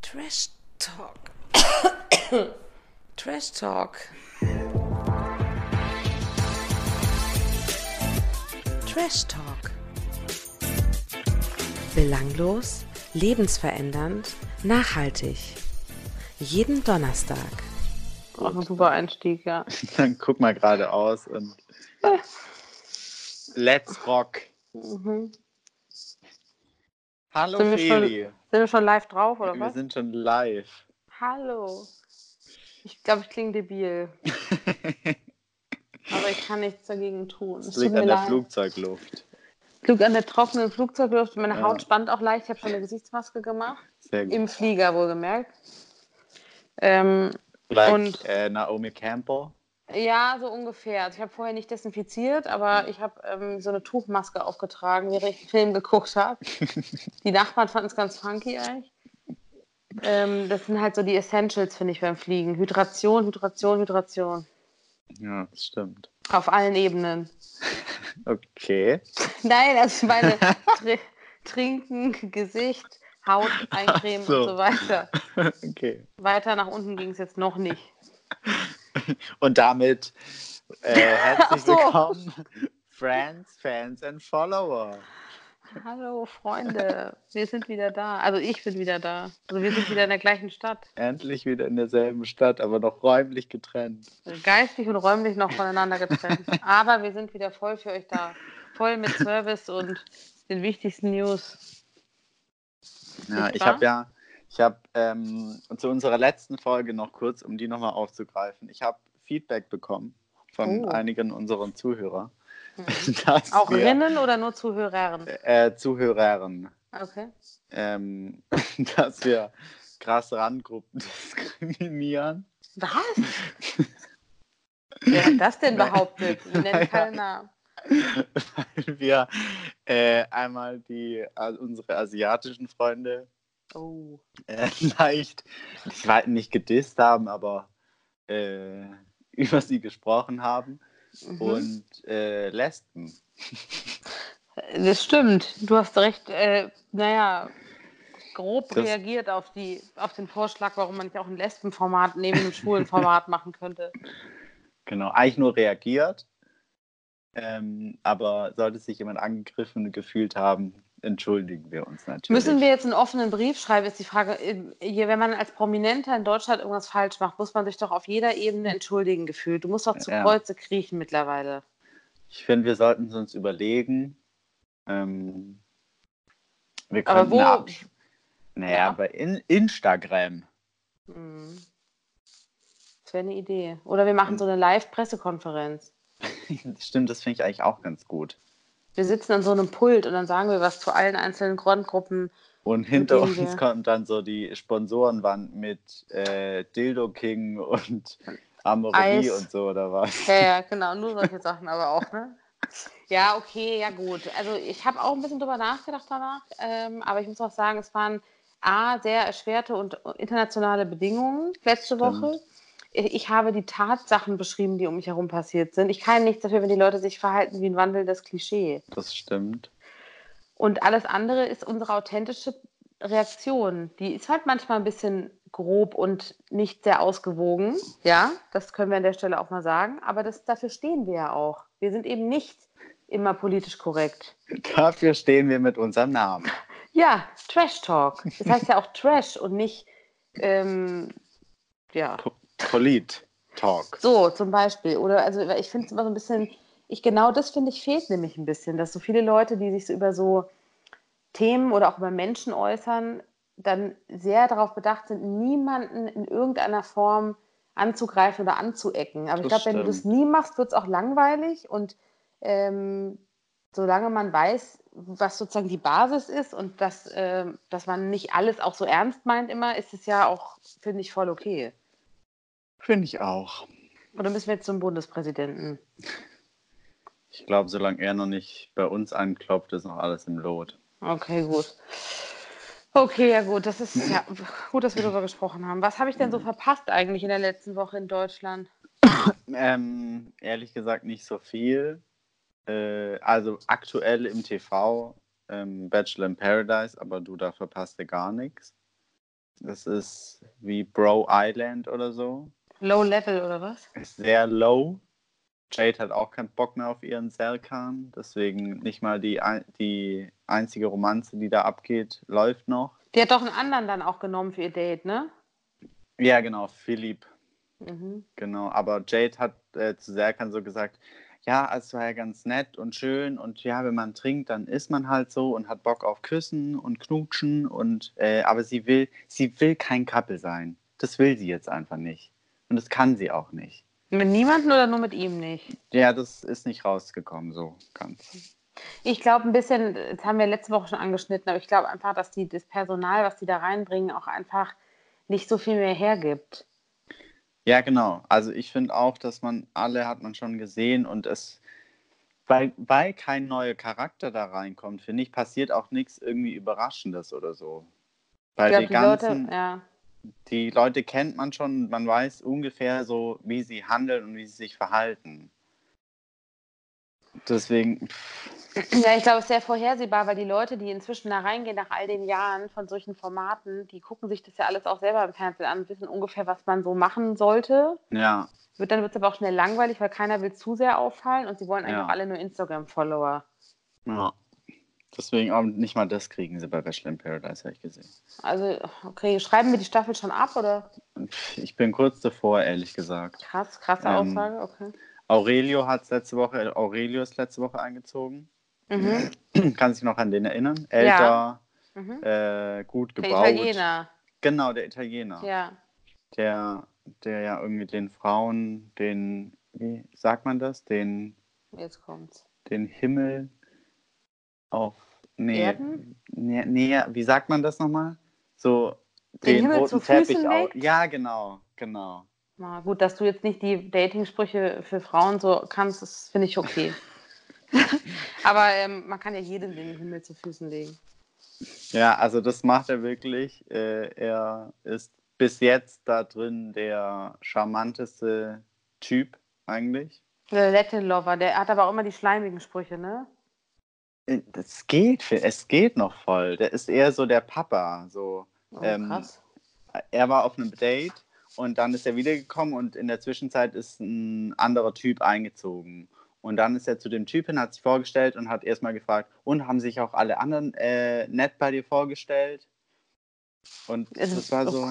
Trash Talk. Trash Talk. Trash Talk. Belanglos, lebensverändernd, nachhaltig. Jeden Donnerstag. Auch ein super Einstieg, ja. Dann guck mal geradeaus und let's rock. Mhm. Hallo Sind wir schon- Feli. Sind wir schon live drauf, oder Wir was? sind schon live. Hallo. Ich glaube, ich klinge debil, aber ich kann nichts dagegen tun. Es Das tut liegt mir an der leid. Flugzeugluft. Flug an der trockenen Flugzeugluft. Meine Ja. Haut spannt auch leicht. Ich habe schon eine Gesichtsmaske gemacht. Sehr gut. Im Flieger wohlgemerkt. Ähm, Like, und- äh, Naomi Campbell. ja, so ungefähr. Also ich habe vorher nicht desinfiziert, aber ich habe ähm, so eine Tuchmaske aufgetragen, während ich den Film geguckt habe. Die Nachbarn fanden es ganz funky eigentlich. Ähm, das sind halt so die Essentials, finde ich, beim Fliegen. Hydration, Hydration, Hydration. Ja, das stimmt. Auf allen Ebenen. Okay. Nein, also ich meine Tr Trinken, Gesicht, Haut, Eincremen Ach so. und so weiter. okay. Weiter nach unten ging es jetzt noch nicht. Und damit äh, herzlich Ach so. willkommen, Friends, Fans and Follower. Hallo Freunde, wir sind wieder da. Also ich bin wieder da. Also wir sind wieder in der gleichen Stadt. Endlich wieder in derselben Stadt, aber noch räumlich getrennt. Geistig und räumlich noch voneinander getrennt. Aber wir sind wieder voll für euch da. Voll mit Service und den wichtigsten News. Ja, Nicht ich wahr? habe ja, ich habe ähm, zu unserer letzten Folge noch kurz, um die nochmal aufzugreifen, ich habe Feedback bekommen von Oh. einigen unseren Zuhörer. Mhm. Dass Auch wir, Rinnen oder nur Zuhörerinnen? äh, Zuhörerinnen, Okay. ähm, dass wir krasse Randgruppen diskriminieren. Was? Wer hat das denn Nein. behauptet? Ich nenne keinen Namen. Weil wir äh, einmal die, also unsere asiatischen Freunde Oh. äh, leicht, ich weiß nicht, gedisst haben, aber äh, über sie gesprochen haben. Mhm. und äh, Lesben. Das stimmt. Du hast recht, äh, naja, grob Das- reagiert auf, die, auf den Vorschlag, warum man nicht auch ein Lesbenformat neben einem schwulen Format machen könnte. Genau, eigentlich nur reagiert. Ähm, aber sollte sich jemand angegriffen gefühlt haben, entschuldigen wir uns natürlich. Müssen wir jetzt einen offenen Brief schreiben, ist die Frage. äh, je- Wenn man als Prominenter in Deutschland irgendwas falsch macht, muss man sich doch auf jeder Ebene entschuldigen gefühlt. Du musst doch zu Ja. Kreuze kriechen mittlerweile. ich finde, wir sollten es uns überlegen. Ähm, wir Aber können wo- Naja, Ja. bei in Instagram. Hm. Das wäre eine Idee. Oder wir machen so eine Live-Pressekonferenz. Stimmt, das finde ich eigentlich auch ganz gut. Wir sitzen an so einem Pult und dann sagen wir was zu allen einzelnen Grundgruppen. Und hinter Mit uns denen wir- kommt dann so die Sponsorenwand mit äh, Dildo King und Eis. Amorelie und so, oder was? Ja, ja, genau, nur solche Sachen aber auch, ne? Ja, okay, ja gut. Also ich habe auch ein bisschen drüber nachgedacht danach, ähm, aber ich muss auch sagen, es waren A, sehr erschwerte und internationale Bedingungen letzte Stimmt. Woche. Ich ich habe die Tatsachen beschrieben, die um mich herum passiert sind. Ich kann nichts dafür, wenn die Leute sich verhalten wie ein wandelndes Klischee. Das stimmt. Und alles andere ist unsere authentische Reaktion. Die ist halt manchmal ein bisschen grob und nicht sehr ausgewogen. Ja, das können wir an der Stelle auch mal sagen. Aber das, dafür stehen wir ja auch. Wir sind eben nicht immer politisch korrekt. Dafür stehen wir mit unserem Namen. Ja, Trash Talk. Das heißt ja auch Trash und nicht, ähm, ja. Po- Polit Talk. So, zum Beispiel. Oder also ich finde es immer so ein bisschen, ich genau das finde ich fehlt nämlich ein bisschen, dass so viele Leute, die sich so über so Themen oder auch über Menschen äußern, dann sehr darauf bedacht sind, niemanden in irgendeiner Form anzugreifen oder anzuecken. Aber ich Das glaube, wenn du das stimmt. nie machst, wird es auch langweilig und ähm, solange man weiß, was sozusagen die Basis ist und dass, ähm, dass man nicht alles auch so ernst meint immer, ist es ja auch, finde ich, voll okay. Finde ich auch. Oder müssen wir jetzt zum Bundespräsidenten? Ich glaube, solange er noch nicht bei uns anklopft, ist noch alles im Lot. Okay, gut. Okay, ja gut, das ist ja gut, dass wir darüber gesprochen haben. Was habe ich denn so verpasst eigentlich in der letzten Woche in Deutschland? Ähm, ehrlich gesagt nicht so viel. Äh, also aktuell im TV ähm, Bachelor in Paradise, aber du da verpasst dir gar nichts. Das ist wie Bro Island oder so. Low Level oder was? Ist sehr low. Jade hat auch keinen Bock mehr auf ihren Serkan. Deswegen nicht mal die, ein- die einzige Romanze, die da abgeht, läuft noch. Die hat doch einen anderen dann auch genommen für ihr Date, ne? Ja, genau, Philipp. Mhm. Genau, aber Jade hat äh, zu Serkan so gesagt, ja, es war ja ganz nett und schön und ja, wenn man trinkt, dann ist man halt so und hat Bock auf Küssen und Knutschen und äh, aber sie will, sie will kein Couple sein. Das will sie jetzt einfach nicht. Und das kann sie auch nicht. Mit niemandem oder nur mit ihm nicht? Ja, das ist nicht rausgekommen so ganz. Ich glaube ein bisschen, das haben wir letzte Woche schon angeschnitten, aber ich glaube einfach, dass die, das Personal, was die da reinbringen, auch einfach nicht so viel mehr hergibt. Ja, genau. Also ich finde auch, dass man alle hat man schon gesehen und es, weil, weil kein neuer Charakter da reinkommt, finde ich, passiert auch nichts irgendwie Überraschendes oder so. Weil ich glaube, die ganzen, Leute, ja. die Leute kennt man schon, man weiß ungefähr so, wie sie handeln und wie sie sich verhalten. Deswegen, Ja, ich glaube, es ist sehr vorhersehbar, weil die Leute, die inzwischen da reingehen, nach all den Jahren von solchen Formaten, die gucken sich das ja alles auch selber im Fernsehen an, wissen ungefähr, was man so machen sollte. ja, Wird, dann wird es aber auch schnell langweilig, weil keiner will zu sehr auffallen und sie wollen eigentlich Ja. auch alle nur Instagram-Follower. ja. Deswegen auch nicht mal das kriegen sie bei Bachelor in Paradise, habe ich gesehen. Also, okay, schreiben wir die Staffel schon ab oder? Pff, Ich bin kurz davor, ehrlich gesagt. Krass, krasse Ähm, Aussage, okay. Aurelio hat letzte Woche, Aurelio ist letzte Woche eingezogen. Mhm. Kann sich noch an den erinnern. Ja. Älter, Mhm. äh, gut Der gebaut. Italiener, Genau, der Italiener. ja. Der, der ja irgendwie den Frauen, den, wie sagt man das? Den Jetzt kommt's. den Himmel auf. Nee, Erden? nee, nee, wie sagt man das nochmal? So Den den, Himmel zu roten Füßen Teppich au- legt? Ja, genau, genau. Na gut, dass du jetzt nicht die Dating-Sprüche für Frauen so kannst, das finde ich okay. Aber ähm, man kann ja jedem den Himmel zu Füßen legen. Ja, also das macht er wirklich. Äh, er ist bis jetzt da drin der charmanteste Typ eigentlich. Der Latin Lover, der hat aber auch immer die schleimigen Sprüche, ne? Äh, Das geht, fi- es geht noch voll. Der ist eher so der Papa, so. Oh, Ähm, krass. er war auf einem Date und dann ist er wiedergekommen und in der Zwischenzeit ist ein anderer Typ eingezogen. Und dann ist er zu dem Typen, hat sich vorgestellt und hat erstmal gefragt, und haben sich auch alle anderen äh, nett bei dir vorgestellt? Und Es das ist- war oh. so,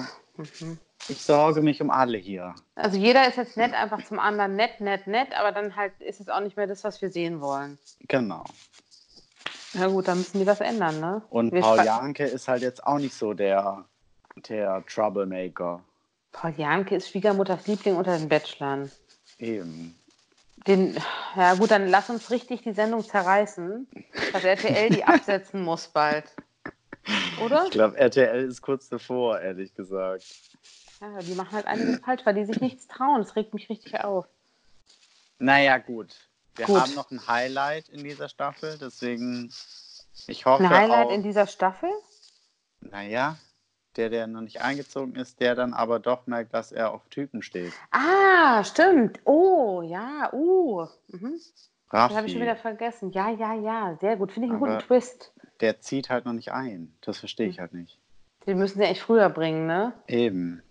Mhm. ich sorge mich um alle hier. Also jeder ist jetzt nett einfach zum anderen, nett, nett, nett, aber dann halt ist es auch nicht mehr das, was wir sehen wollen. Genau. Na gut, dann müssen die das ändern, ne? Und wir Paul schwa- Janke ist halt jetzt auch nicht so der, der Troublemaker. Paul Janke ist Schwiegermutters Liebling unter den Bachelorn. Eben. Den, ja gut, dann lass uns richtig die Sendung zerreißen, dass RTL die absetzen muss bald. Oder? Ich glaube, RTL ist kurz davor, ehrlich gesagt. Ja, die machen halt einiges falsch, weil die sich nichts trauen. Das regt mich richtig auf. Naja, gut. Wir Gut. haben noch ein Highlight in dieser Staffel, deswegen ich hoffe Ein Highlight auch, in dieser Staffel? naja, der, der noch nicht eingezogen ist, der dann aber doch merkt, dass er auf Typen steht. Ah, stimmt. Oh, ja, uh. Mhm. Das habe ich schon wieder Raffi, vergessen. Ja, ja, ja, sehr gut. Finde ich einen Aber- guten Twist. der zieht halt noch nicht ein. Das verstehe Hm. ich halt nicht. Den müssen sie echt früher bringen, ne? Eben.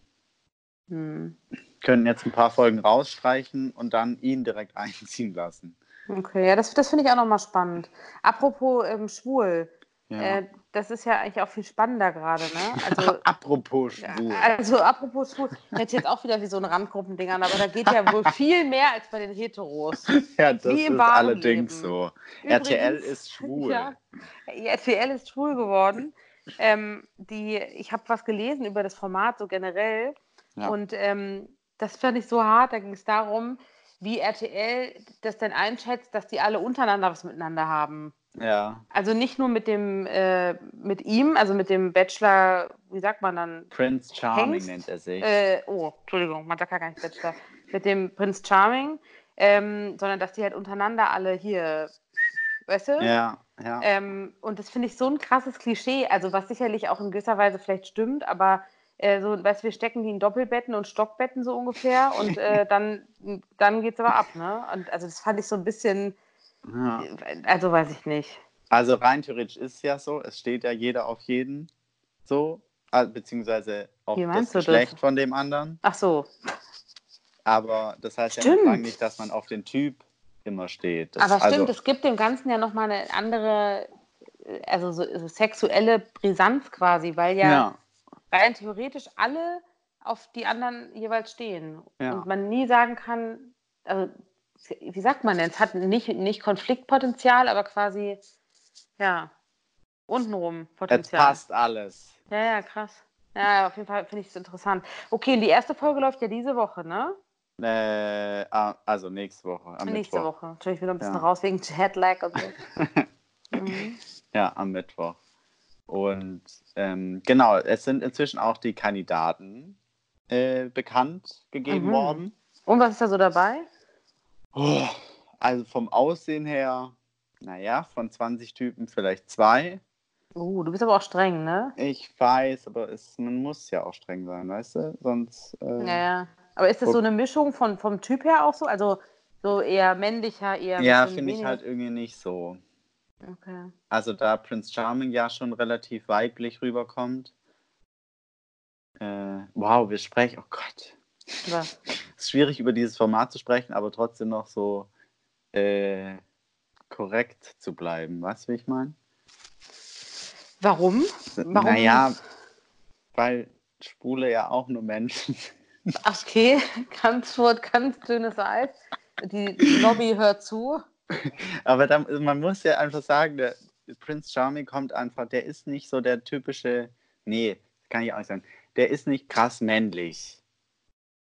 Hm. Können jetzt ein paar Folgen rausstreichen und dann ihn direkt einziehen lassen. Okay, ja, das, das finde ich auch nochmal spannend. Apropos ähm, schwul, Ja. äh, das ist ja eigentlich auch viel spannender gerade, ne? Also Apropos Ja, schwul. Also apropos schwul, hätte jetzt auch wieder wie so ein Randgruppending an, aber da geht ja wohl viel mehr als bei den Heteros. Ja, das wie im ist wahren allerdings Leben. so. RTL Übrigens, ist schwul. Ja, RTL ist schwul geworden. Ähm, die, ich habe was gelesen über das Format so generell Ja. und ähm, das fand ich so hart. Da ging es darum, wie RTL das denn einschätzt, dass die alle untereinander was miteinander haben. ja. Also nicht nur mit dem, äh, mit ihm, also mit dem Bachelor, wie sagt man dann, Prince Charming Hengst? nennt er sich. äh, oh, Entschuldigung, man sagt ja gar nicht Bachelor, mit dem Prinz Charming, ähm, sondern dass die halt untereinander alle hier, weißt du? ja, ja. Ähm, und das finde ich so ein krasses Klischee, also was sicherlich auch in gewisser Weise vielleicht stimmt, aber äh, so, weißt du, wir stecken die in Doppelbetten und Stockbetten so ungefähr und äh, dann, dann geht's aber ab, ne? Und also das fand ich so ein bisschen, ja. also weiß ich nicht. Also rein theoretisch ist es ja so, es steht ja jeder auf jeden so. Ah, beziehungsweise auf Wie das meinst du das? Geschlecht von dem anderen. Ach so. Aber das heißt ja Stimmt. noch lange nicht, dass man auf den Typ immer steht. Das, Aber stimmt, also, es gibt dem Ganzen ja nochmal eine andere, äh, also so, so sexuelle Brisanz quasi, weil ja, ja. weil theoretisch alle auf die anderen jeweils stehen. Ja. Und man nie sagen kann, also wie sagt man denn? Es hat nicht, nicht Konfliktpotenzial, aber quasi, ja, untenrum Es Potenzial. passt alles. Ja, ja, krass. Ja, auf jeden Fall finde ich es interessant. Okay, und die erste Folge läuft ja diese Woche, ne? Äh, ah, also nächste Woche. Am Nächste Mittwoch. Woche. Natürlich wieder ein bisschen Ja. raus wegen Jetlag und so. mhm. Ja, am Mittwoch. Und ähm, genau, es sind inzwischen auch die Kandidaten äh, bekannt gegeben Mhm. worden. Und was ist da so dabei? Oh, also vom Aussehen her, naja, von 20 Typen vielleicht zwei. Uh, du bist aber auch streng, ne? Ich weiß, aber es, man muss ja auch streng sein, weißt du? Sonst. Äh, Ja, ja. Aber ist das so eine Mischung von, vom Typ her auch so? Also so eher männlicher, eher. ein ja bisschen finde ich weniger- halt irgendwie nicht so. Okay. Also da Prince Charming ja schon relativ weiblich rüberkommt. Äh, wow, wir sprechen, oh Gott. Was? Es ist schwierig, über dieses Format zu sprechen, aber trotzdem noch so äh, korrekt zu bleiben. Weißt du, wie ich meine? Warum? Warum? Naja, weil Schwule ja auch nur Menschen sind. Ach, okay, ganz Frankfurt, ganz dünnes Eis. Die Lobby hört zu. Aber da, man muss ja einfach sagen, der Prince Charming kommt einfach, der ist nicht so der typische, nee, kann ich auch nicht sagen, der ist nicht krass männlich.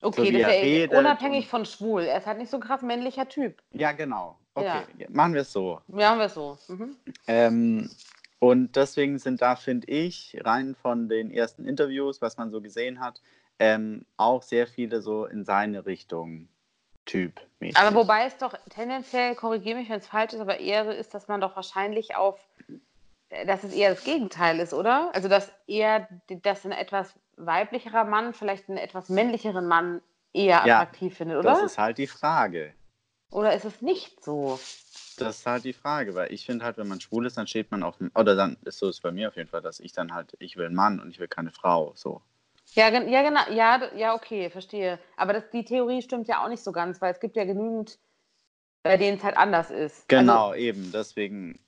Okay, wie das er ist redet ja unabhängig und- von schwul. Er ist halt nicht so ein krass männlicher Typ. Ja, genau. Okay, Ja. machen wir es so. Ja, haben wir es so. Mhm. Ähm, und deswegen sind da, finde ich, rein von den ersten Interviews, was man so gesehen hat, ähm, auch sehr viele so in seine Richtung Typ. Aber wobei es doch tendenziell, korrigiere mich, wenn es falsch ist, aber eher so ist, dass man doch wahrscheinlich auf, äh, dass es eher das Gegenteil ist, oder? Also dass eher, dass ein etwas weiblicherer Mann vielleicht einen etwas männlicheren Mann eher Ja, attraktiv findet, Das oder? ist halt die Frage. oder ist es nicht so? Das ist halt die Frage, weil ich finde halt, wenn man schwul ist, dann steht man auf dem, oder dann ist so ist es bei mir auf jeden Fall, dass ich dann halt, ich will einen Mann und ich will keine Frau, so. Ja, gen- ja genau. Ja, d- ja, okay, verstehe. Aber das, die Theorie stimmt ja auch nicht so ganz, weil es gibt ja genügend, bei denen es halt anders ist. Genau, Also, eben, deswegen,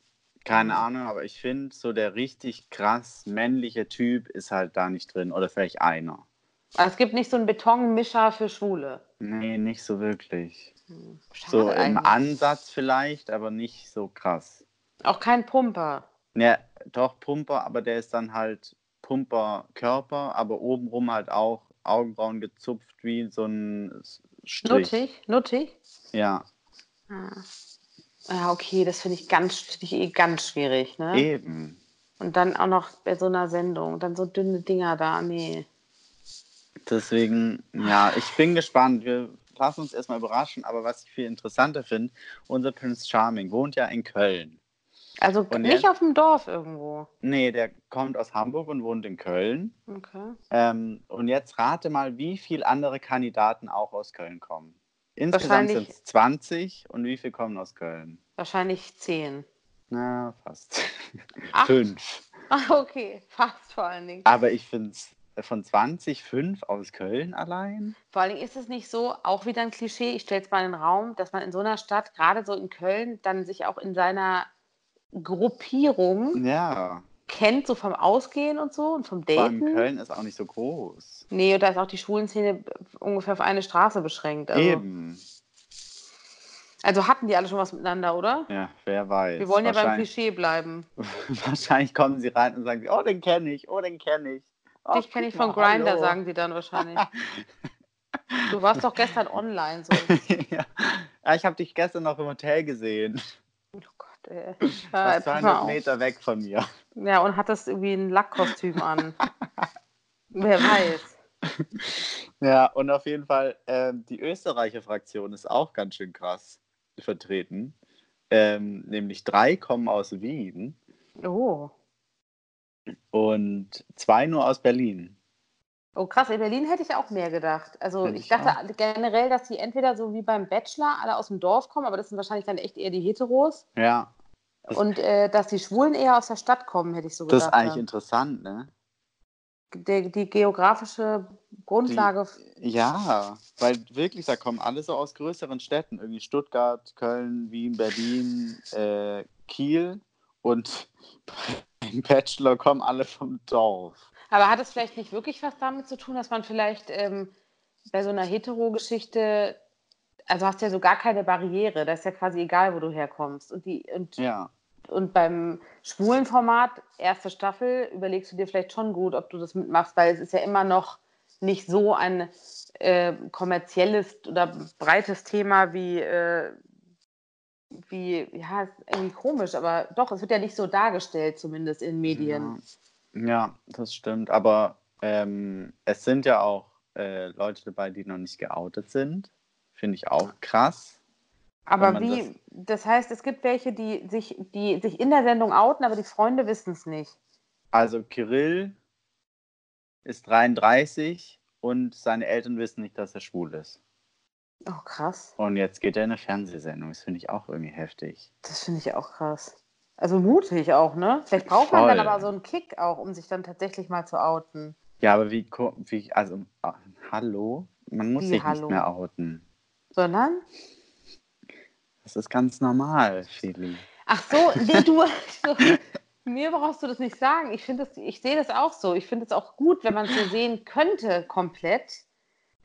keine Ahnung, aber ich finde, so der richtig krass männliche Typ ist halt da nicht drin oder vielleicht einer. also es gibt nicht so einen Betonmischer für Schwule. Nee, nicht so wirklich. Hm, Schade So im eigentlich. Ansatz vielleicht, aber nicht so krass. Auch kein Pumper. Ja, doch Pumper, aber der ist dann halt Pumper-Körper, aber obenrum halt auch Augenbrauen gezupft wie so ein Strich. Nuttig, nuttig. Ja, Ah, Ja, Ah, okay, das finde ich ganz, finde ich eh ganz schwierig, ne? Eh. eben. Und dann auch noch bei so einer Sendung, dann so dünne Dinger da, nee. Deswegen, ja, ich bin gespannt. Wir lassen uns erstmal überraschen, aber was ich viel interessanter finde, unser Prince Charming wohnt ja in Köln. Also Und nicht der- auf dem Dorf irgendwo. Nee, der kommt aus Hamburg und wohnt in Köln. Okay. Ähm, und jetzt rate mal, wie viele andere Kandidaten auch aus Köln kommen. Insgesamt Wahrscheinlich- sind es 20 und wie viele kommen aus Köln? Wahrscheinlich zehn. Na, fast. Acht? Fünf. Ah, okay, fast vor allen Dingen. Aber ich finde es von 20, fünf aus Köln allein. Vor allen Dingen ist es nicht so, auch wieder ein Klischee, ich stelle es mal in den Raum, dass man in so einer Stadt, gerade so in Köln, dann sich auch in seiner Gruppierung Ja, kennt, so vom Ausgehen und so und vom vor allem Daten. Köln ist auch nicht so groß. Nee, und da ist auch die Schwulenszene ungefähr auf eine Straße beschränkt. Also, Eben. also hatten die alle schon was miteinander, oder? Ja, wer weiß. Wir wollen ja beim wahrscheinlich, Klischee bleiben. wahrscheinlich kommen sie rein und sagen, sie, oh, den kenne ich, oh, den kenne ich. Oh, Dich kenne ich guck von mal, Grinder, hallo. sagen die dann wahrscheinlich. du warst doch gestern online so. Oh ja. Ah, Ich habe dich gestern noch im Hotel gesehen. Oh Gott, ey. Ja, Warst Äh, pass mal 200 auf. Meter weg von mir. ja, und hattest irgendwie ein Lackkostüm an. Wer weiß. Ja, und auf jeden Fall, ähm, die Österreicher Fraktion ist auch ganz schön krass vertreten. Ähm, nämlich drei kommen aus Wien Oh. und zwei nur aus Berlin. Oh krass, in Berlin hätte ich auch mehr gedacht. Also Hätte ich ich dachte generell, dass die entweder so wie beim Bachelor alle aus dem Dorf kommen, aber das sind wahrscheinlich dann echt eher die Heteros. Ja, Das- Und äh, dass die Schwulen eher aus der Stadt kommen, hätte ich so das gedacht. ist eigentlich ja. interessant, ne? der, die geografische Grundlage. Ja, weil wirklich, da kommen alle so aus größeren Städten, irgendwie Stuttgart, Köln, Wien, Berlin, äh, Kiel und beim Bachelor kommen alle vom Dorf. Aber hat es vielleicht nicht wirklich was damit zu tun, dass man vielleicht ähm, bei so einer Hetero-Geschichte, also hast ja so gar keine Barriere, das ist ja quasi egal, wo du herkommst. Und, die, und, Ja, und beim schwulen Format, erste Staffel, überlegst du dir vielleicht schon gut, ob du das mitmachst, weil es ist ja immer noch nicht so ein äh, kommerzielles oder breites Thema wie, äh, wie, ja, ist irgendwie komisch, aber doch, es wird ja nicht so dargestellt, zumindest in Medien. Genau. ja das stimmt. Aber ähm, es sind ja auch äh, Leute dabei, die noch nicht geoutet sind. Finde ich auch krass. wenn Aber man wie, das, heißt, es gibt welche, die sich, die sich in der Sendung outen, aber die Freunde wissen es nicht. Also Kirill ist 33 und seine Eltern wissen nicht, dass er schwul ist. Oh, krass. Und jetzt geht er in eine Fernsehsendung. Das finde ich auch irgendwie heftig. Das finde ich auch krass. Also mutig auch, ne? Vielleicht braucht man dann Voll. aber so einen Kick auch, um sich dann tatsächlich mal zu outen. Ja, aber wie, ko- wie also, ah, hallo? Man muss Wie sich hallo? nicht mehr outen. Sondern? Das ist ganz normal, Feli. Ach so, nee, du. So, mir brauchst du das nicht sagen. Ich, finde das- ich sehe das auch so. Ich finde es auch gut, wenn man es so sehen könnte, komplett.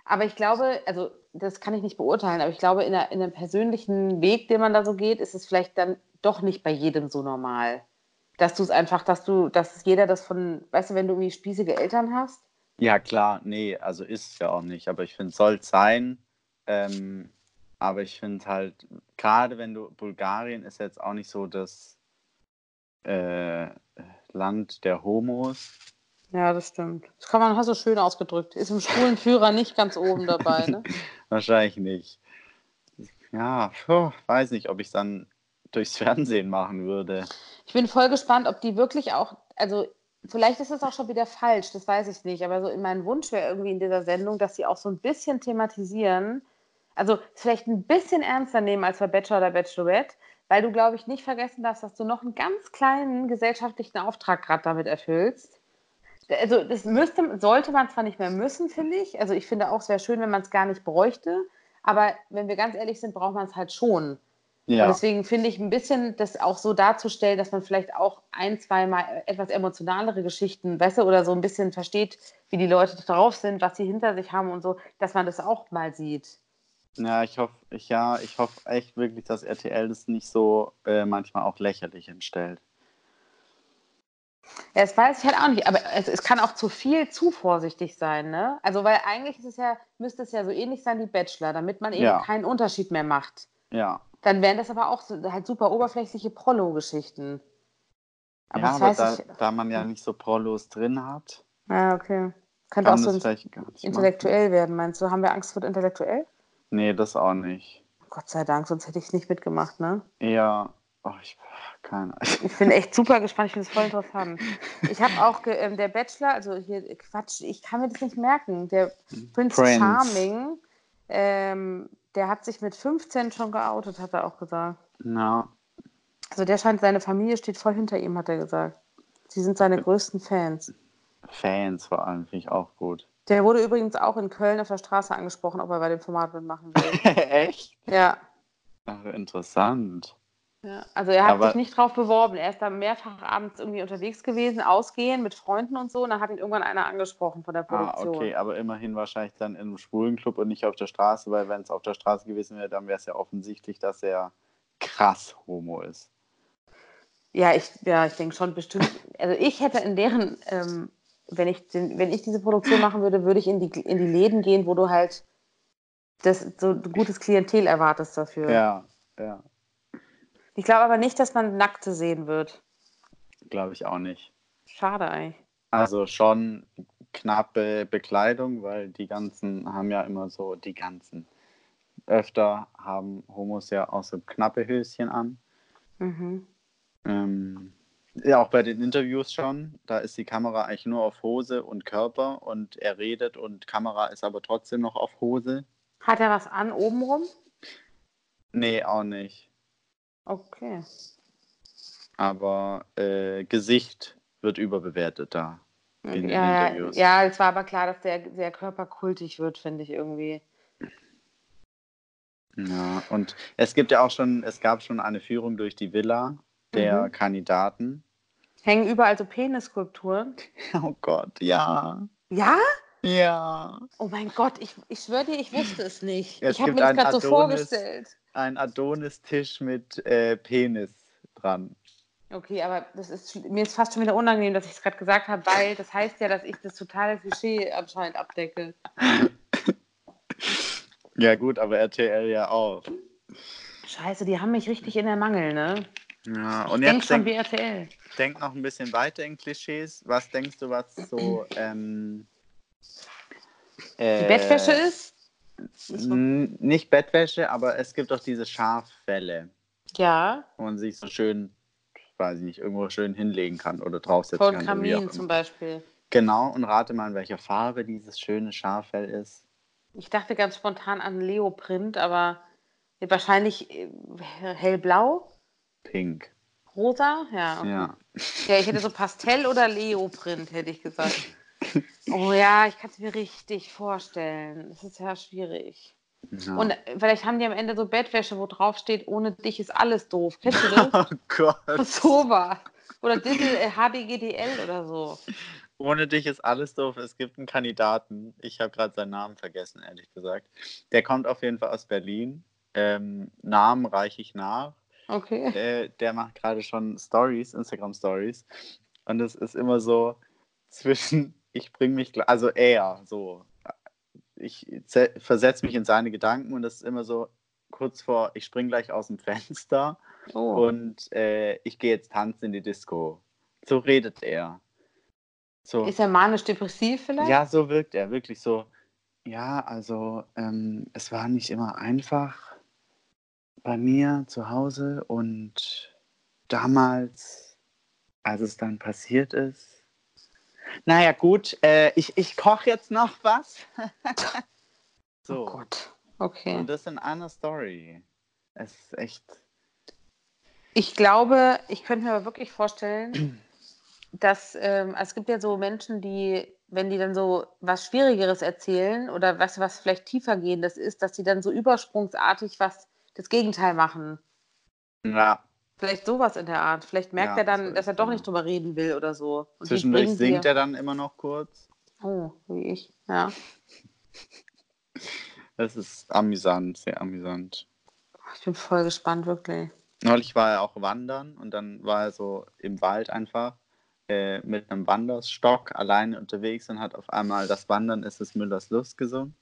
Aber ich glaube, also das kann ich nicht beurteilen, aber ich glaube, in, einer, in einem persönlichen Weg, den man da so geht, ist es vielleicht dann doch nicht bei jedem so normal. Dass du es einfach, dass du, dass jeder das von, weißt du, wenn du irgendwie spießige Eltern hast, Ja, klar, nee, also ist es ja auch nicht. Aber ich finde, es soll sein. Ähm, aber ich finde halt, gerade wenn du, Bulgarien ist jetzt auch nicht so das äh, Land der Homos. Ja, das stimmt. Das kann man, hast du schön ausgedrückt. Ist im schwulen Führer nicht ganz oben dabei, ne? Wahrscheinlich nicht. Ja, puh, weiß nicht, ob ich es dann durchs Fernsehen machen würde. Ich bin voll gespannt, ob die wirklich auch, also vielleicht ist das auch schon wieder falsch, das weiß ich nicht, aber so in meinem Wunsch wäre irgendwie in dieser Sendung, dass sie auch so ein bisschen thematisieren, also es vielleicht ein bisschen ernster nehmen als bei Bachelor oder Bachelorette, weil du, glaube ich, nicht vergessen darfst, dass du noch einen ganz kleinen gesellschaftlichen Auftrag gerade damit erfüllst. Also das müsste, sollte man zwar nicht mehr müssen, finde ich. Also ich finde auch, es wäre schön, wenn man es gar nicht bräuchte. Aber wenn wir ganz ehrlich sind, braucht man es halt schon. Und Ja, deswegen finde ich ein bisschen das auch so darzustellen, dass man vielleicht auch ein, zweimal etwas emotionalere Geschichten, weißt du, oder so ein bisschen versteht, wie die Leute drauf sind, was sie hinter sich haben und so, dass man das auch mal sieht. ja, ich hoffe, ich, ja, ich hoffe echt wirklich, dass RTL das nicht so äh, manchmal auch lächerlich entstellt. Ja, das weiß ich halt auch nicht, aber es, es kann auch zu viel zu vorsichtig sein, ne? Also, weil eigentlich ist es ja, müsste es ja so ähnlich sein wie Bachelor, damit man eben Ja. keinen Unterschied mehr macht. Ja. Dann wären das aber auch so, halt super oberflächliche Prollo-Geschichten. Aber ja, das aber weiß da, ich. da man ja nicht so Prollos drin hat, Ja, okay. Könnte auch kann so das ein vielleicht gar nicht machen. intellektuell werden, meinst du? Haben wir Angst vor intellektuell? Nee, das auch nicht. Gott sei Dank, sonst hätte ich es nicht mitgemacht, ne? Eher, oh, ich, keine Ahnung. Ich bin echt super gespannt, ich finde es voll interessant. Ich habe auch, ge- ähm, der Bachelor, also hier, äh, Quatsch, ich kann mir das nicht merken, der Prinz, Prince. Charming, ähm, der hat sich mit 15 schon geoutet, hat er auch gesagt. Na, Also der scheint, seine Familie steht voll hinter ihm, hat er gesagt. Sie sind seine größten Fans. Fans vor allem finde ich auch gut. Der wurde übrigens auch in Köln auf der Straße angesprochen, ob er bei dem Format mitmachen will. Echt? Ja. Ach, interessant. Ja, also er hat Aber- sich nicht drauf beworben. Er ist da mehrfach abends irgendwie unterwegs gewesen, ausgehen mit Freunden und so. Und dann hat ihn irgendwann einer angesprochen von der Ah, Produktion. okay, aber immerhin wahrscheinlich dann in einem schwulen Club und nicht auf der Straße, weil wenn es auf der Straße gewesen wäre, dann wäre es ja offensichtlich, dass er krass homo ist. Ja, ich, ja, ich denke schon bestimmt. Also ich hätte in deren, ähm, wenn, ich den, wenn ich diese Produktion machen würde, würde ich in die, in die Läden gehen, wo du halt das, so gutes Klientel erwartest dafür. Ja, ja, Ich glaube aber nicht, dass man Nackte sehen wird. glaube ich auch nicht. Schade eigentlich. Also schon knappe Bekleidung, weil die ganzen haben ja immer so, die ganzen. Öfter haben Homos ja auch so knappe Höschen an. Mhm. Ähm, ja, auch bei den Interviews schon. Da ist die Kamera eigentlich nur auf Hose und Körper und er redet und Kamera ist aber trotzdem noch auf Hose. Hat er was an obenrum? Nee, auch nicht. Okay. Aber äh, Gesicht wird überbewertet da. in ja, Interviews. ja, es war aber klar, dass der sehr körperkultig wird, finde ich irgendwie. Ja, und es gibt ja auch schon, es gab schon eine Führung durch die Villa der Kandidaten. Hängen überall so Penisskulpturen. Oh Gott, ja. Ja? Ja. Oh mein Gott, ich, ich schwöre dir, ich wusste es nicht. Es ich habe gibt mir das einen gerade so Adonis. vorgestellt. Ein Adonis-Tisch mit äh, Penis dran. Okay, aber das ist, mir ist fast schon wieder unangenehm, dass ich es gerade gesagt habe, weil das heißt ja, dass ich das totale Klischee anscheinend abdecke. Ja, gut, aber RTL ja auch. Scheiße, die haben mich richtig in der Mangel, ne? Ja, und Denk jetzt schon denk, wie RTL. denk noch ein bisschen weiter in Klischees. Was denkst du, was so. Ähm, Die äh, Bettwäsche ist? n- Nicht Bettwäsche, aber es gibt auch diese Schaffälle, Ja. wo man sich so schön, weiß ich nicht, irgendwo schön hinlegen kann oder draufsetzen Von kann. oder wie auch Kamin immer. zum Beispiel. Genau, und rate mal, in welcher Farbe dieses schöne Schaffell ist. Ich dachte ganz spontan an Leoprint, aber wahrscheinlich äh, hellblau, Pink. rosa, ja. okay. Ja. Ja, ich hätte so Pastell oder Leoprint, hätte ich gesagt. Oh ja, ich kann es mir richtig vorstellen. Das ist ja schwierig. ja. Und äh, vielleicht haben die am Ende so Bettwäsche, wo drauf steht, ohne dich ist alles doof. Kennst du oh Gott. das? so war. Oder Dissel äh, HBGDL oder so. Ohne dich ist alles doof. Es gibt einen Kandidaten. Ich habe gerade seinen Namen vergessen, ehrlich gesagt. Der kommt auf jeden Fall aus Berlin. Ähm, Namen reiche ich nach. Okay. Äh, der macht gerade schon Stories, Instagram Stories. Und es ist immer so zwischen, ich bringe mich, gl- also er, so. Ich versetze mich in seine Gedanken und das ist immer so kurz vor, ich spring gleich aus dem Fenster Oh. und äh, ich gehe jetzt tanzen in die Disco. So redet er. So, Ist er manisch-depressiv vielleicht? ja, so wirkt er, wirklich so. Ja, also ähm, es war nicht immer einfach bei mir zu Hause und damals, als es dann passiert ist. Naja, gut, äh, ich, ich koche jetzt noch was. Oh so, Gott. Okay. und das in einer Story. Es ist echt. Ich glaube, ich könnte mir aber wirklich vorstellen, dass ähm, es gibt ja so Menschen, die, wenn die dann so was Schwierigeres erzählen oder was, was vielleicht tiefergehendes ist, dass die dann so übersprungsartig was das Gegenteil machen. Ja, Vielleicht sowas in der Art. Vielleicht merkt Ja, er dann, so dass er ist, doch ja. nicht drüber reden will oder so. Und die zwischendurch bringen singt dir- er dann immer noch kurz. Oh, wie ich. Ja. Das ist amüsant, sehr amüsant. Ich bin voll gespannt, wirklich. Neulich war er auch wandern und dann war er so im Wald einfach äh, mit einem Wanderstock alleine unterwegs und hat auf einmal das Wandern ist es Müllers Lust gesungen.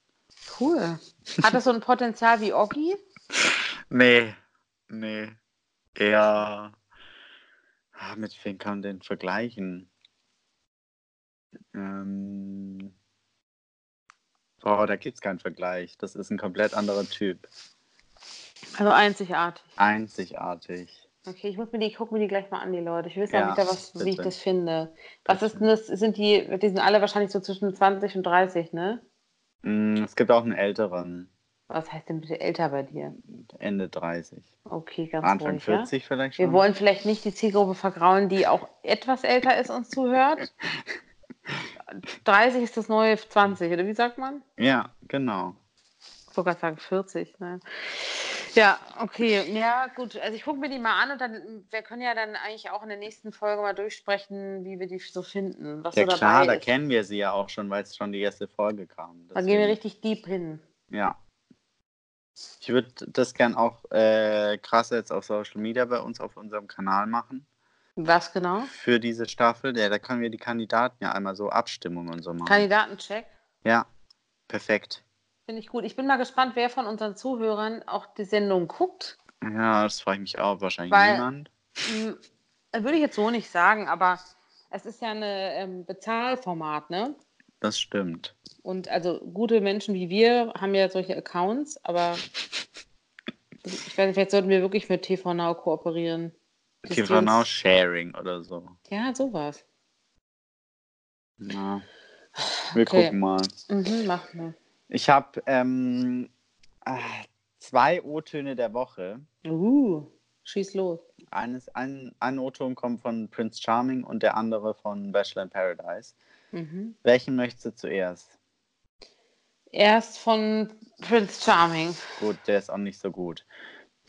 Cool. Hat das so ein Potenzial wie Oggi? Nee, nee. Eher. Ah, mit wem kann man den vergleichen? Ähm. Boah, da gibt's keinen Vergleich. Das ist ein komplett anderer Typ. Also einzigartig. Einzigartig. Okay, ich muss mir die, ich guck mir die gleich mal an, die Leute. Ich will Ja, sagen, was, wie ich bitte. das finde. Was ist denn das? Sind die, die sind alle wahrscheinlich so zwischen 20 und 30, ne? Mm, es gibt auch einen älteren, Was heißt denn bitte älter bei dir? Ende 30. Okay, ganz Anfang ruhig. 40 vielleicht Ja? schon. Wir wollen vielleicht nicht die Zielgruppe vergrauen, die auch etwas älter ist und zuhört. 30 ist das neue 20, oder wie sagt man? Ja, genau. Ich wollte gerade sagen 40, ne? Ja, okay. Ja, gut. Also ich gucke mir die mal an und dann, wir können ja dann eigentlich auch in der nächsten Folge mal durchsprechen, wie wir die so finden. Was Ja so klar, da dabei ist. kennen wir sie ja auch schon, weil es schon die erste Folge kam. Dann gehen wir Deswegen- richtig deep hin. Ja. Ich würde das gern auch äh, krasser jetzt auf Social Media bei uns auf unserem Kanal machen. Was genau? Für diese Staffel. Ja, da können wir die Kandidaten ja einmal so Abstimmung und so machen. Kandidatencheck. ja, perfekt. Finde ich gut. Ich bin mal gespannt, wer von unseren Zuhörern auch die Sendung guckt. Ja, das freue ich mich auch. Wahrscheinlich Weil- niemand. Hm, Würde ich jetzt so nicht sagen, aber es ist ja ein ähm, Bezahlformat, ne? Das stimmt. Und also gute Menschen wie wir haben ja solche Accounts, aber ich weiß nicht, vielleicht sollten wir wirklich mit TV Now kooperieren. Dass die TV uns- Now Sharing oder so. Ja, sowas. Ja. Wir Okay. gucken mal. Mhm, machen wir. Ich habe ähm, ah, zwei O-Töne der Woche. Uh, schieß los. Eines, ein, ein O-Ton kommt von Prince Charming und der andere von Bachelor in Paradise. Mhm. Welchen möchtest du zuerst? Erst von Prince Charming. Gut, der ist auch nicht so gut.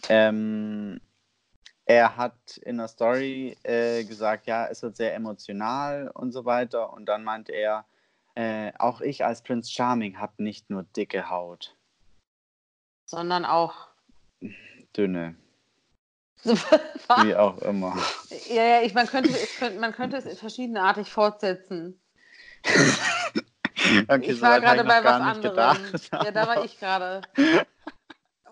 Ähm, er hat in der Story äh, gesagt, ja, es wird sehr emotional und so weiter. Und dann meint er, äh, auch ich als Prinz Charming habe nicht nur dicke Haut, Sondern auch. dünne, ja, wie auch immer. ja, ich, man, könnte, ich könnte, man könnte es verschiedenartig fortsetzen. Okay, ich war soweit hab gerade noch bei was gar nicht anderem. gedacht. Ja, da war ich gerade.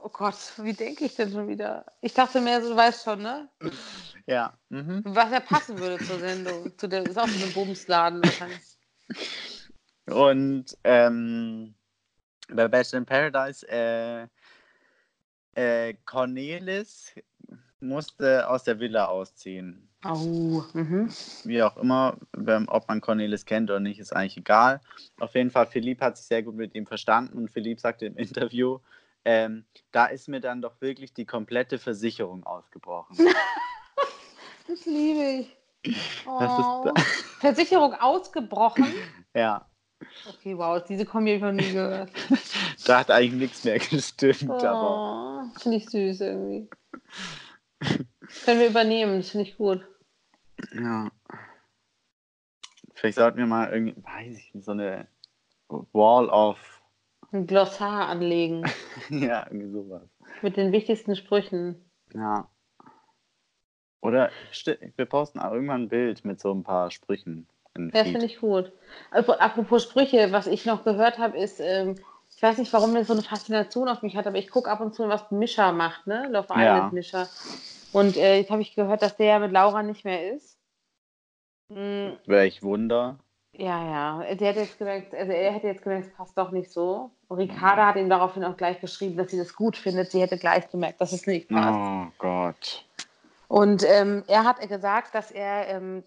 Oh Gott, wie denke ich denn schon wieder? Ich dachte mehr, so, du weißt schon, ne? Ja, mhm. Was ja passen würde zur Sendung. Zu der, ist auch so ein Bumsladen wahrscheinlich. Und ähm, bei Bachelor in Paradise, äh, äh, Cornelis musste aus der Villa ausziehen. Au. Mhm. Wie auch immer, wenn- ob man Cornelis kennt oder nicht, ist eigentlich egal. Auf jeden Fall, Philipp hat sich sehr gut mit ihm verstanden und Philipp sagte im Interview, ähm, da ist mir dann doch wirklich die komplette Versicherung ausgebrochen. Das liebe ich. Oh. da- Versicherung ausgebrochen. Ja, Okay, wow, diese Kombi habe ich noch nie gehört. da hat eigentlich nichts mehr gestimmt, aber Oh, finde ich süß irgendwie. Können wir übernehmen, das finde ich gut. Ja. Vielleicht sollten wir mal irgendwie, weiß ich nicht, so eine Wall of. Ein Glossar anlegen ja, irgendwie sowas. mit den wichtigsten Sprüchen. Ja. Oder sti- wir posten auch irgendwann ein Bild mit so ein paar Sprüchen. In Ja, Feed. finde ich gut. Also, apropos Sprüche, was ich noch gehört habe, ist, ähm, ich weiß nicht, warum das so eine Faszination auf mich hat, aber ich gucke ab und zu, was Mischa macht, ne? Love Island Ja. Mischa. Und äh, jetzt habe ich gehört, dass der ja mit Laura nicht mehr ist. Mm, Welch Wunder. Ja, ja. Der hätte jetzt gemerkt, also er hätte jetzt gemerkt, es passt doch nicht so. Und Mhm. Ricarda hat ihm daraufhin auch gleich geschrieben, dass sie das gut findet. Sie hätte gleich gemerkt, dass es nicht passt. Oh Gott. Und ähm, er hat gesagt, dass er, ähm,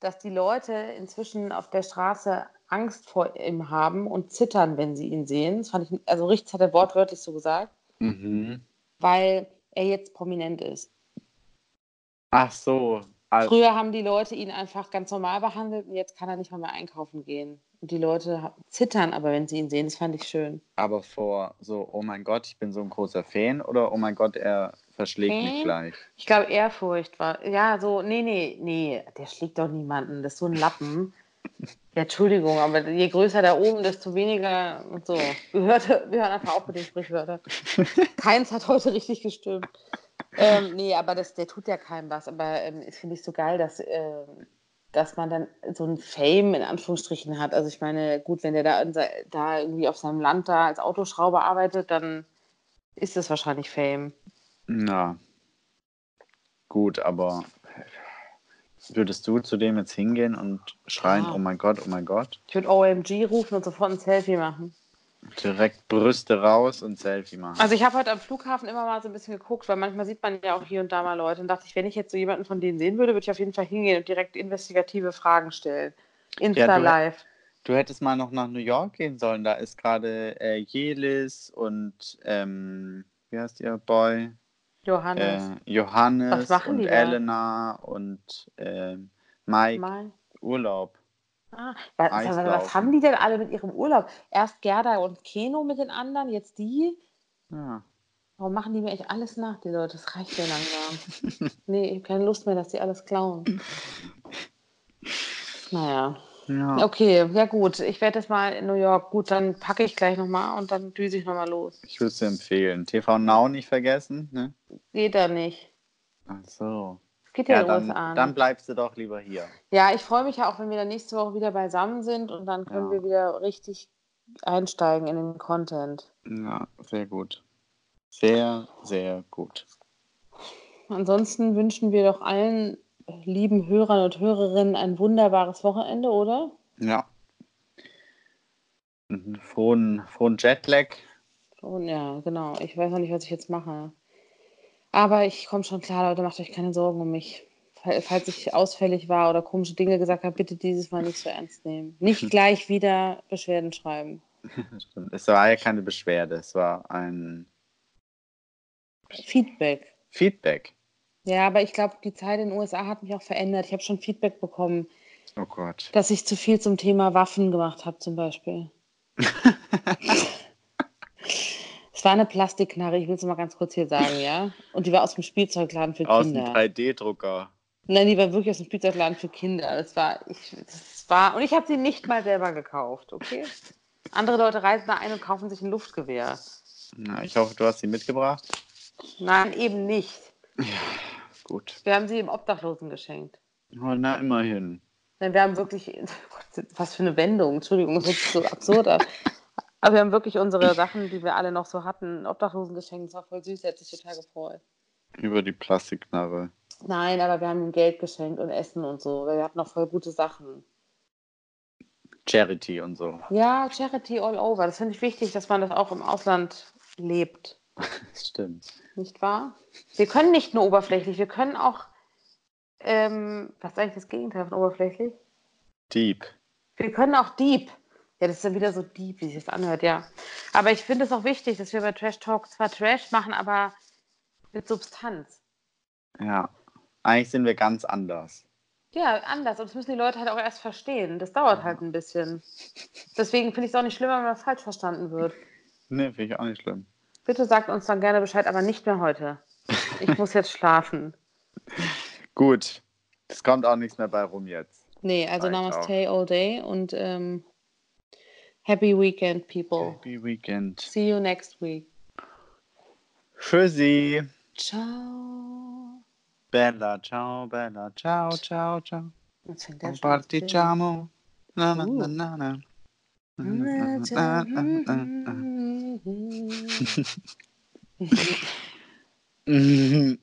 dass die Leute inzwischen auf der Straße Angst vor ihm haben und zittern, wenn sie ihn sehen. Das fand ich, also Richts hat er wortwörtlich so gesagt, Mhm. weil er jetzt prominent ist. Ach so. Also, Früher haben die Leute ihn einfach ganz normal behandelt und jetzt kann er nicht mal mehr einkaufen gehen. Und die Leute ha- zittern aber, wenn sie ihn sehen. Das fand ich schön. aber vor so, oh mein Gott, ich bin so ein großer Fan oder oh mein Gott, er verschlägt mich Fan? gleich. Ich glaube, Ehrfurcht war. Ja, so, nee, nee, nee, der schlägt doch niemanden. Das ist so ein Lappen. Ja, Entschuldigung, aber je größer da oben, desto weniger und so. Wir, hörte, wir hören einfach auf mit den Sprichwörtern. Keins hat heute richtig gestimmt. Ähm, nee, aber das, der tut ja keinem was. Aber ähm, das finde ich so geil, dass, ähm, dass man dann so ein Fame in Anführungsstrichen hat. Also ich meine, gut, wenn der da, in se- da irgendwie auf seinem Land da als Autoschrauber arbeitet, dann ist das wahrscheinlich Fame. Na, gut, aber würdest du zu dem jetzt hingehen und schreien, Ja. oh mein Gott, oh mein Gott? Ich würde OMG rufen und sofort ein Selfie machen. Direkt Brüste raus und Selfie machen. Also ich habe heute am Flughafen immer mal so ein bisschen geguckt, weil manchmal sieht man ja auch hier und da mal Leute und dachte ich, wenn ich jetzt so jemanden von denen sehen würde, würde ich auf jeden Fall hingehen und direkt investigative Fragen stellen. Insta Ja, du- live. du hättest mal noch nach New York gehen sollen, da ist gerade äh, Jelis und, ähm, wie heißt ihr Boy? Äh, Johannes. Johannes Was machen und die da? Elena und ähm, Mike mal. Urlaub. Ah, was, was, Eislaufen. was haben die denn alle mit ihrem Urlaub? Erst Gerda und Keno mit den anderen, jetzt die. Ja. Warum machen die mir echt alles nach, die Leute? Das reicht mir langsam. nee, ich habe keine Lust mehr, dass die alles klauen. Naja. ja. Okay, ja gut. Ich werde das mal in New York. Gut, dann packe ich gleich nochmal und dann düse ich nochmal los. Ich würde es dir empfehlen. TV Now nicht vergessen, ne? Geht da nicht. Ach so. Es geht ja, Ja, in den dann, USA. dann ne? bleibst du doch lieber hier. Ja, ich freue mich ja auch, wenn wir dann nächste Woche wieder beisammen sind und dann können Ja. wir wieder richtig einsteigen in den Content. Ja, sehr gut. Sehr, sehr gut. Ansonsten wünschen wir doch allen lieben Hörern und Hörerinnen ein wunderbares Wochenende, oder? Ja. Mhm. Einen Frohen, frohen Jetlag. Und ja, genau. Ich weiß noch nicht, was ich jetzt mache. Aber ich komme schon klar, Leute, macht euch keine Sorgen um mich. Fall- Falls ich ausfällig war oder komische Dinge gesagt habe, bitte dieses Mal nicht so ernst nehmen. Hm. Nicht gleich wieder Beschwerden schreiben. Stimmt. Es war ja keine Beschwerde, es war ein Feedback. Feedback. Ja, aber ich glaube, die Zeit in den USA hat mich auch verändert. Ich habe schon Feedback bekommen, Oh Gott. dass ich zu viel zum Thema Waffen gemacht habe, zum Beispiel. es war eine Plastikknarre, ich will es mal ganz kurz hier sagen, ja? Und die war aus dem Spielzeugladen für Aus dem Kinder. 3D-Drucker. Nein, die war wirklich aus dem Spielzeugladen für Kinder. Das war, ich, das war, und ich habe sie nicht mal selber gekauft, okay? Andere Leute reisen da ein und kaufen sich ein Luftgewehr. Na, ich hoffe, du hast sie mitgebracht. Nein, eben nicht. Gut. Wir haben sie dem Obdachlosen geschenkt. Oh, na, immerhin. Nein, wir haben wirklich, Gott, was für eine Wendung, Entschuldigung, das hört sich so absurd an. Aber wir haben wirklich unsere Sachen, die wir alle noch so hatten, Obdachlosen geschenkt. Das war voll süß, der hat sich total gefreut. Über die Plastikknarre. Nein, aber wir haben ihm Geld geschenkt und Essen und so, weil wir hatten noch voll gute Sachen. Charity und so. Ja, Charity all over. Das finde ich wichtig, dass man das auch im Ausland lebt, Stimmt. nicht wahr? Wir können nicht nur oberflächlich, wir können auch, ähm, was ist eigentlich das Gegenteil von oberflächlich? Deep. Wir können auch deep. Ja, das ist dann wieder so deep, wie sich das anhört, ja. Aber ich finde es auch wichtig, dass wir bei Trash Talk zwar Trash machen, aber mit Substanz. Ja. Eigentlich sind wir ganz anders. Ja, anders. Und das müssen die Leute halt auch erst verstehen. Das dauert halt ein bisschen. Deswegen finde ich es auch nicht schlimm, wenn man falsch verstanden wird. Ne, finde ich auch nicht schlimm. Bitte sagt uns dann gerne Bescheid, aber nicht mehr heute. Ich muss jetzt schlafen. Gut. Es kommt auch nichts mehr bei rum jetzt. Nee, also Reicht Namaste all day und ähm, happy weekend, people. Happy Weekend. See you next week. Tschüssi. Ciao. Bella, ciao, bella, ciao, ciao, ciao. Jetzt fängt der Und schon an zu singen. partigiamo. Na, na, Uh. na, na, na. Na, na, na, na, na, na, na. Ciao. Mhm.